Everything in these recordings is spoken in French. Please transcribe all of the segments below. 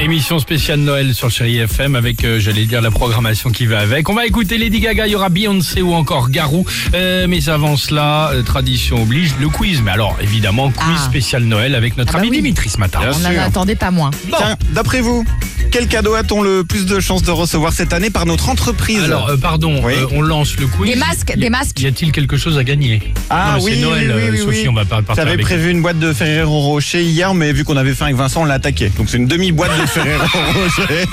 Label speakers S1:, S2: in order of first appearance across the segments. S1: émission spéciale Noël sur Chéri FM avec, euh, j'allais dire, la programmation qui va avec. On va écouter Lady Gaga, il y aura Beyoncé ou encore Garou. Euh, mais avant cela, euh, tradition oblige, le quiz. Mais alors, évidemment, quiz
S2: Ah.
S1: spécial Noël avec notre
S2: Ah bah
S1: ami
S2: oui.
S1: Dimitri ce matin.
S2: On n'en attendait pas moins.
S1: Bon.
S3: Tiens, d'après vous, quel cadeau a-t-on le plus de chances de recevoir cette année par notre entreprise
S1: Alors, euh, pardon,
S3: Oui.
S1: euh, on lance le quiz.
S2: Des masques, des masques.
S1: Y a-t-il quelque chose à gagner
S3: Ah
S1: Non, mais
S3: oui,
S1: c'est Noël,
S3: oui, oui,
S1: euh,
S3: oui,
S1: Sophie,
S3: oui.
S1: on va pas partir
S3: J'avais
S1: avec-
S3: prévu une boîte de Ferrero Rocher hier, mais vu qu'on avait faim avec Vincent, on l'a attaqué. Donc c'est une demi-boîte de Ferrero Rocher.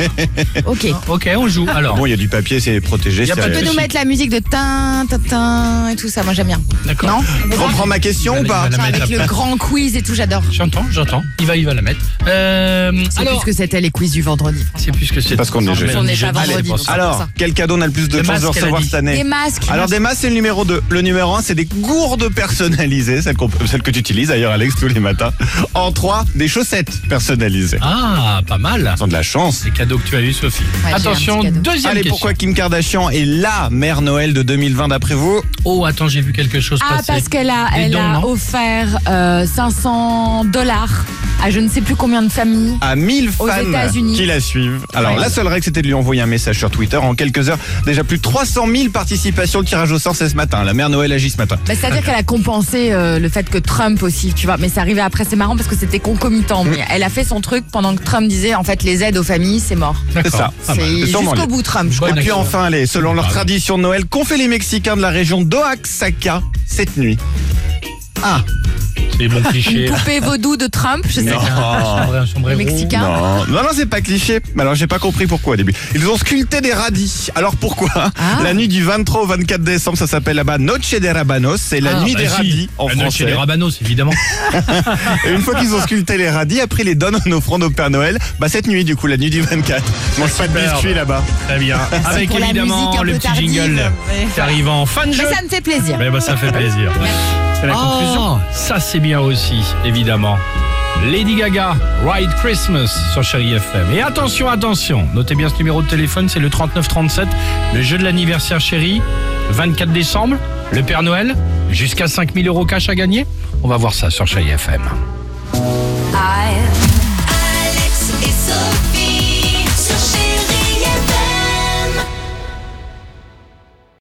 S2: Ok.
S1: Ok, on joue. Alors,
S3: Bon, il y a du papier, c'est protégé.
S1: Il y a
S3: c'est
S1: pas
S2: Tu
S1: de
S2: peux
S3: réel.
S2: nous mettre la musique de tin, tin, tin et tout ça. Moi, j'aime bien.
S1: d'accord.
S2: Non
S3: Reprends ma question ou pas
S1: Il va la mettre
S2: Avec le
S1: après.
S2: grand quiz et tout, j'adore.
S1: J'entends, j'entends. Il va, il va la mettre. Euh,
S2: C'est plus
S1: alors,
S2: ce que c'était les quiz du vendredi.
S1: c'est plus que c'est.
S3: parce qu'on est jeudi.
S2: On est pas
S1: jeudi,
S2: vendredi,
S1: c'est pour
S2: donc
S1: ça.
S3: Alors, quel cadeau on a le plus de
S1: Le
S3: chances de
S1: masque, elle a
S3: recevoir
S1: dit.
S3: cette année
S2: Des masques.
S3: Alors des masques, c'est le numéro 2. Le numéro 1, c'est des gourdes personnalisées, celles, qu'on peut- celles que tu utilises d'ailleurs Alex tous les matins. En 3, des chaussettes personnalisées.
S1: Ah, pas mal.
S3: Ils ont de la chance.
S1: C'est cadeau que tu as eu, Sophie.
S2: j'ai
S1: Attention,
S2: un petit cadeau.
S1: deuxième
S3: Allez,
S1: question.
S3: pourquoi Kim Kardashian est LA mère Noël de 2020 d'après vous
S1: oh, attends, j'ai vu quelque chose
S2: Ah,
S1: passer.
S2: parce qu'elle a,
S1: Des
S2: elle
S1: dons,
S2: a
S1: non
S2: offert euh, 500 dollars à je ne sais plus combien de familles.
S3: à 1000
S2: Aux
S3: fans
S2: États-Unis.
S3: qui la suivent. Alors
S2: Ouais.
S3: la seule règle c'était de lui envoyer un message sur Twitter en quelques heures. Déjà plus de 300 000 participations au tirage au sort c'est ce matin. La mère Noël agit ce matin.
S2: Bah, C'est-à-dire qu'elle a compensé euh, le fait que Trump aussi, tu vois. Mais c'est arrivé après, c'est marrant parce que c'était concomitant. Mais elle a fait son truc pendant que Trump disait en fait les aides aux familles, c'est mort.
S1: D'accord, Ah, bah,
S3: C'est ça.
S1: pas mal.
S2: C'est
S3: C'est sûrement
S2: jusqu'au
S3: lui.
S2: bout Trump, je
S1: Bonne
S2: crois.
S3: Et puis
S1: action.
S3: enfin, allez, selon leur
S1: Bravo.
S3: tradition de Noël, qu'ont fait les Mexicains de la région d'Oaxaca cette nuit Ah
S1: C'est bon
S2: Une
S1: cliché.
S2: poupée vaudou de Trump, je sais
S3: Non.
S2: pas.
S1: sombrero.
S2: Mexicain.
S3: Non, non, non, c'est pas cliché. Mais alors, j'ai pas compris pourquoi au début. Ils ont sculpté des radis. Alors pourquoi
S2: Ah.
S3: La nuit du 23 au 24 décembre, ça s'appelle là-bas Noche de Rabanos. C'est la
S1: Ah,
S3: nuit
S1: bah
S3: des
S1: si.
S3: radis en
S1: La note
S3: français.
S1: chez les Rabanos, évidemment.
S3: Et une fois qu'ils ont sculpté les radis, après ils les donnent en offrande au Père Noël. Bah cette nuit du coup, la nuit du 24. Mange pas de
S1: Superbe.
S3: biscuits là-bas.
S1: Très bien. Avec
S2: pour la musique
S1: évidemment
S2: un
S1: le
S2: peu
S1: petit
S2: tardive.
S1: jingle
S2: Ouais.
S1: qui arrive en fin de jeu.
S2: Mais ça me fait plaisir.
S1: Mais bah, ça fait plaisir. C'est la conclusion. Ça, c'est bien aussi, évidemment. Lady Gaga, Ride Christmas sur Chéri FM. Et attention, attention, notez bien ce numéro de téléphone, c'est le 3937, le jeu de l'anniversaire chéri, 24 décembre, le Père Noël, jusqu'à 5000 euros cash à gagner. On va voir ça sur Chéri FM.
S4: Alex et Sophie.